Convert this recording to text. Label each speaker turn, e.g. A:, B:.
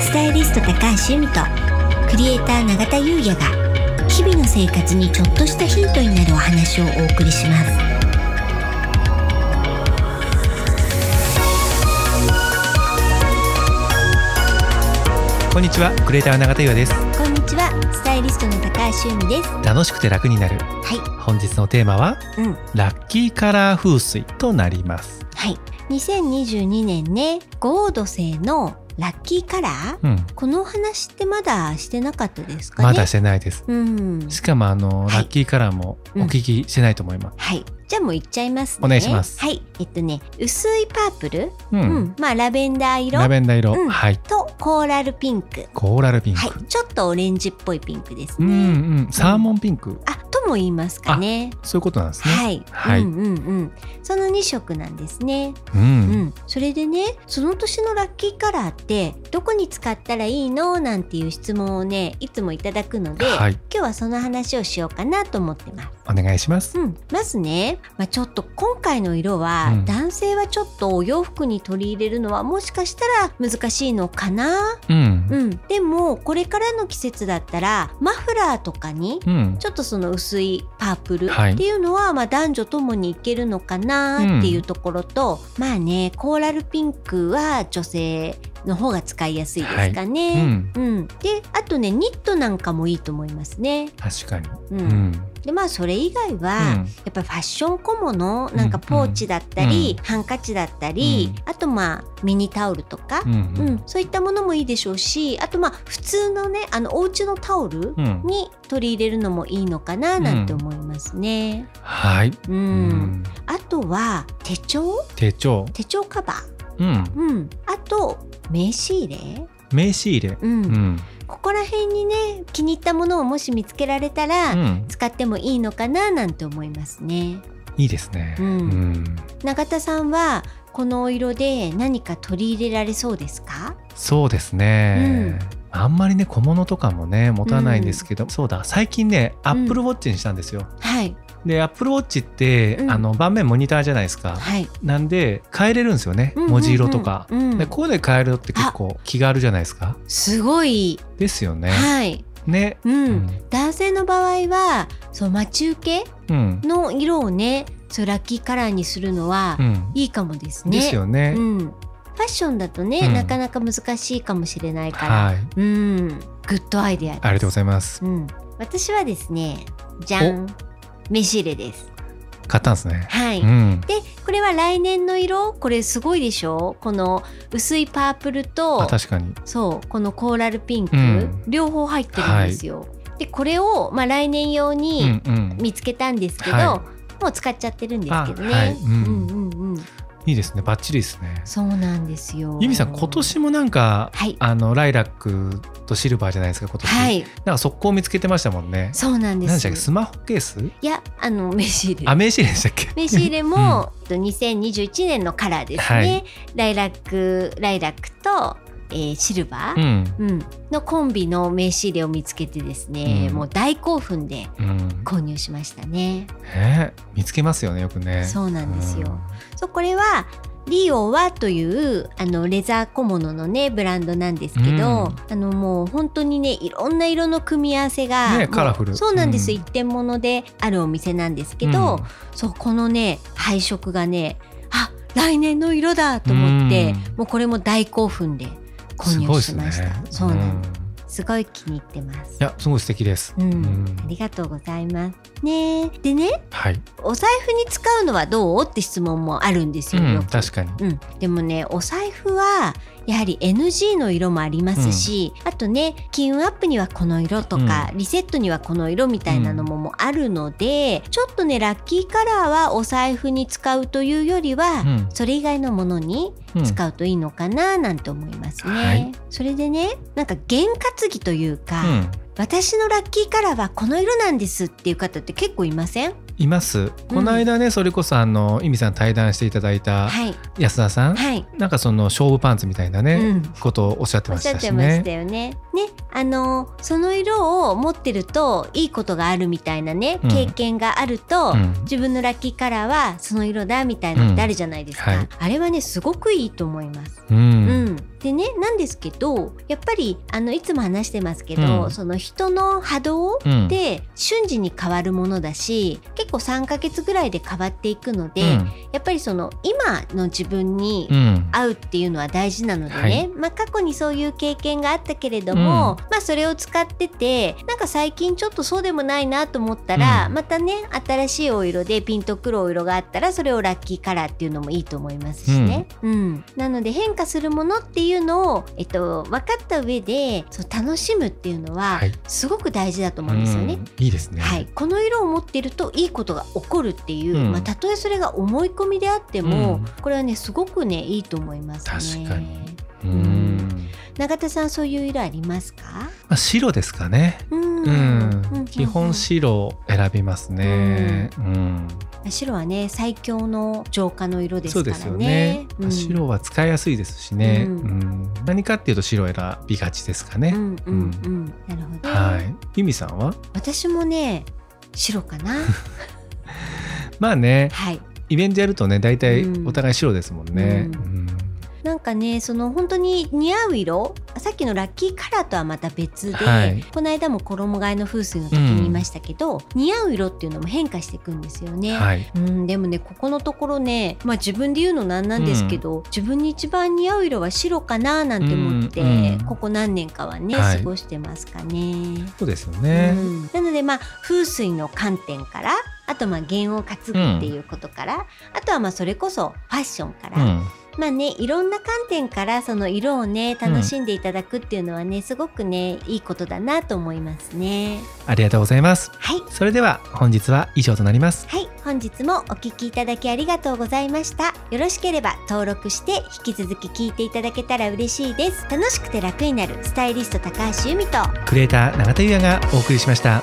A: スタイリスト高橋由美とクリエイター永田優也が日々の生活にちょっとしたヒントになるお話をお送りします
B: こんにちはクリエイターの永田優也です
A: こんにちはスタイリストの高橋由美です
B: 楽しくて楽になる
A: は
B: 本日のテーマはい
A: うん
B: ラッキーカラー風水となります
A: はい2022年ねゴード製のラッキーカラー
B: うん
A: このお話ってまだしてなかったですかね
B: まだしてないです
A: うん
B: しかもあの、
A: はい
B: ラッキーカラーもお聞きしてないと思います
A: はいじゃあもういっちゃいますね
B: お願いします
A: はいえっとね薄いパープル
B: うん、
A: うん、まあラベンダー色
B: ラベンダー色、
A: うん
B: はい
A: とコーラルピンク
B: コーラルピンク、
A: はいちょっとオレンジっぽいピンクです
B: う
A: ね、
B: んうんサーモンピンク、
A: あとも言いますかね
B: そういうことなんですね、
A: はい、
B: はい
A: うんうんうんその2色なんですね
B: う
A: うん、
B: ん
A: それでねその年のラッキーカラーってどこに使ったらいいのなんていう質問をねいつもいただくので、
B: はい
A: 今日はその話をしようかなと思ってます
B: お願いします
A: うん、まずね、まあ、ちょっと今回の色は、
B: うん
A: 男性はちょっとお洋服に取り入れるのはもしかしたら難しいのかな、
B: うん
A: うん、でもこれからの季節だったらマフラーとかに
B: うん
A: ちょっとその薄いパープル
B: はい
A: っていうのは、まあ男女ともにいけるのかなっていうところと、まあねコーラルピンクは女性の方が使いやすいですかね。
B: うん
A: うん、であとねニットなんかもいいと思いますね。
B: 確かに
A: うん
B: うん、うん
A: でまあそれ以外は、やっぱりファッション小物なんかポーチだったり、
B: うん
A: ハンカチだったり、
B: う
A: あとまあミニタオルとか
B: う、ん
A: うんそういったものもいいでしょうしあとまあ普通のねあのお家のタオル
B: うん
A: に取り入れるのもいいのかななんて思いますね。
B: はい、
A: うん
B: うん、
A: あとは手帳
B: 手帳、
A: 手帳カバー、
B: うん、
A: うん、あと名刺入れ、
B: 名刺入れ、
A: うん
B: うん
A: ここら辺にね気に入ったものをもし見つけられたら、
B: うん、
A: 使ってもいいのかななんて思いますね。
B: いいですね。
A: うん
B: うん
A: 永田さんはこのお色で何か取り入れられそうですか
B: そうですね。あんまりね小物とかもね持たないんですけど、そうだ最近ねアップルウォッチにしたんですよ、
A: はい
B: でアップルウォッチって、
A: うん
B: あの盤面モニターじゃないですか、
A: はい、
B: なんで変えれるんですよね、
A: うんうんうん
B: 文字色とか、
A: うん
B: でここで変えるのって結構気軽じゃないですか
A: すごい、
B: ですよね
A: はい、
B: ね
A: うん
B: うん
A: 男性の場合はそう待ち受
B: うん
A: けの色をねそうラッキーカラーにするのは
B: うん、
A: いいかもですね。
B: ですよね、
A: うん、ファッションだとね、
B: うん
A: なかなか難しいかもしれないから、
B: はい
A: うんグッドアイデアです
B: ありがとうございます
A: うん、私はですねじゃん飯入れです。
B: 買ったんですね、
A: はい、
B: うん
A: でこれは来年の色これすごいでしょこの薄いパープル
B: あ
A: と
B: 確かに
A: そうこのコーラルピンク、
B: うん
A: 両方入ってるんですよ。でこれを、まあ、来年用に
B: うんうん、
A: 見つけたんですけど、
B: は
A: もう使っちゃってるんですけどね。
B: あはいうん
A: うんうんうん
B: いいですねバッチリですね
A: そうなんですよ。
B: ゆみさん今年もなんか
A: はい
B: あのライラックとシルバーじゃないですか今年、
A: はい
B: なんか速攻見つけてましたもんね
A: そうなんで
B: 何でし
A: す
B: たっけスマホケース
A: いやあの飯入れ
B: あ名刺入れでしたっけ
A: 飯入れも、2021年のカラーですね、
B: はい
A: ライラックライラックと、えーシルバー、
B: うん、
A: うん、のコンビの名刺入れを見つけてですね、
B: うん
A: もう大興奮で
B: うん
A: 購入しましたね。
B: ね見つけますよねよくね
A: そうなんですよ。そうこれはリオワというあのレザー小物のねブランドなんですけど、
B: うん
A: あのもう本当にねいろんな色の組み合わせが、
B: ね
A: もう
B: カラフル
A: そうなんです、
B: うん
A: 一点物であるお店なんですけ
B: うん
A: ど、そうこのね配色がねあ来年の色だと思って、
B: うん
A: もうこれも大興奮で購
B: すごい
A: 入
B: で
A: し
B: す
A: ま
B: ね
A: した。そうなん
B: ん
A: です、
B: い
A: すごい気に入ってます。
B: やすごい素敵です、
A: うん、
B: うん
A: ありがとうございます。ねえでね
B: はい、
A: お財布に使うのはどうって質問もあるんです
B: う
A: よ。よ
B: ん、
A: く
B: 確かに
A: うん、でもねお財布はやはり NG の色もありますし、あとね金運アップにはこの色とか、リセットにはこの色みたいなのももあるので、ちょっとねラッキーカラーはお財布に使うというよりは、
B: うん
A: それ以外のものに
B: うん
A: 使うといいのかななんて思いますね。
B: はい
A: それでねなんか験担ぎというか、
B: うん
A: 私のラッキーカラーはこの色なんですっていう方って結構いません
B: いますこの間ね、それこそあのゆみさん対談していただいた
A: はい
B: 安田さん、
A: はい、
B: なんかその勝負パンツみたいなね、
A: うん
B: ことをおっしゃって
A: おっ
B: まし
A: しゃ
B: た
A: って
B: し
A: ま
B: ね
A: した。よね。ね、あのその色を持ってるといいことがあるみたいなね、
B: うん
A: 経験があると、
B: うん
A: 自分のラッキーカラーはその色だみたいなのってあるじゃないですか。
B: うんはい
A: あれはねすごくいいと思います。
B: う
A: うんん、でねなんですけどやっぱりあのいつも話してますけど、
B: うん
A: その人の波動
B: うん
A: って瞬時に変わるものだし結構3ヶ月ぐらいで変わっていくので、やっぱりその今の自分に
B: うんうん
A: 会うっていうのは大事なのでね、
B: はい
A: まあ、過去にそういう経験があったけれども、まあ、それを使っててなんか最近ちょっとそうでもないなと思ったら、
B: うん
A: またね新しいお色でピンとくるお色があったらそれをラッキーカラーっていうのもいいと思いますしね、うんなので変化するものっていうのを、えっと、分かった上でそう楽しむっていうのは
B: はい
A: すごく大事だと思うんですよね。
B: うんいいですね。
A: はい、この色を持っているといいことが起こるっていう、
B: うん
A: まあ、たとえそれが思い込みであっても、
B: う
A: これはねすごくねいいと思いますね。
B: 確かに
A: う
B: う
A: ん
B: ん
A: 永田さんそういう色ありますか？
B: まあ白ですかね。
A: うん
B: うん、基本
A: 白
B: 白を選びますね。うん、
A: 白はね最強の浄化の色です
B: そう
A: か
B: で
A: ら
B: すよ
A: ね
B: ね。。
A: うん
B: 白は使いやすいですしね。
A: う
B: うんん、何かっていうと白を選びがちですか
A: う
B: ね。
A: んうんうん、なるほど、
B: はい。ゆみさんは？
A: 私もね白か な
B: まあね、
A: はい
B: イベントやるとね、大体
A: うん
B: お互い白ですもんね。
A: う
B: うん
A: なんかねその本当に似合う色さっきのラッキーカラーとはまた別で、
B: はい
A: この間も衣替えの風水の時に言いましたけど、似合う色っていうのも変化していくんですよね。
B: はい。
A: うん、でもねここのところね、まあ、自分で言うのなんなんですけど、自分に一番似合う色は白かななんて思って、
B: うんうん
A: ここ何年かはね
B: はい
A: 過ごしてますかね。
B: そうですよ
A: う
B: ね。
A: ん、なのでまあ風水の観点からあとまあ弦を担ぐっていうことから、あとはまあそれこそファッションから、
B: うん。
A: まあね、いろんな観点からその色をね楽しんでいただくっていうのはね、すごくねいいことだなと思いますね。
B: ありがとうございます。
A: はい、
B: それでは本日は以上となります。
A: はい、本日もお聞きいただきありがとうございました。よろしければ登録して引き続き聞いていただけたら嬉しいです。楽しくて楽になるスタイリスト高橋由美と
B: クリエイター永田裕也がお送りしました。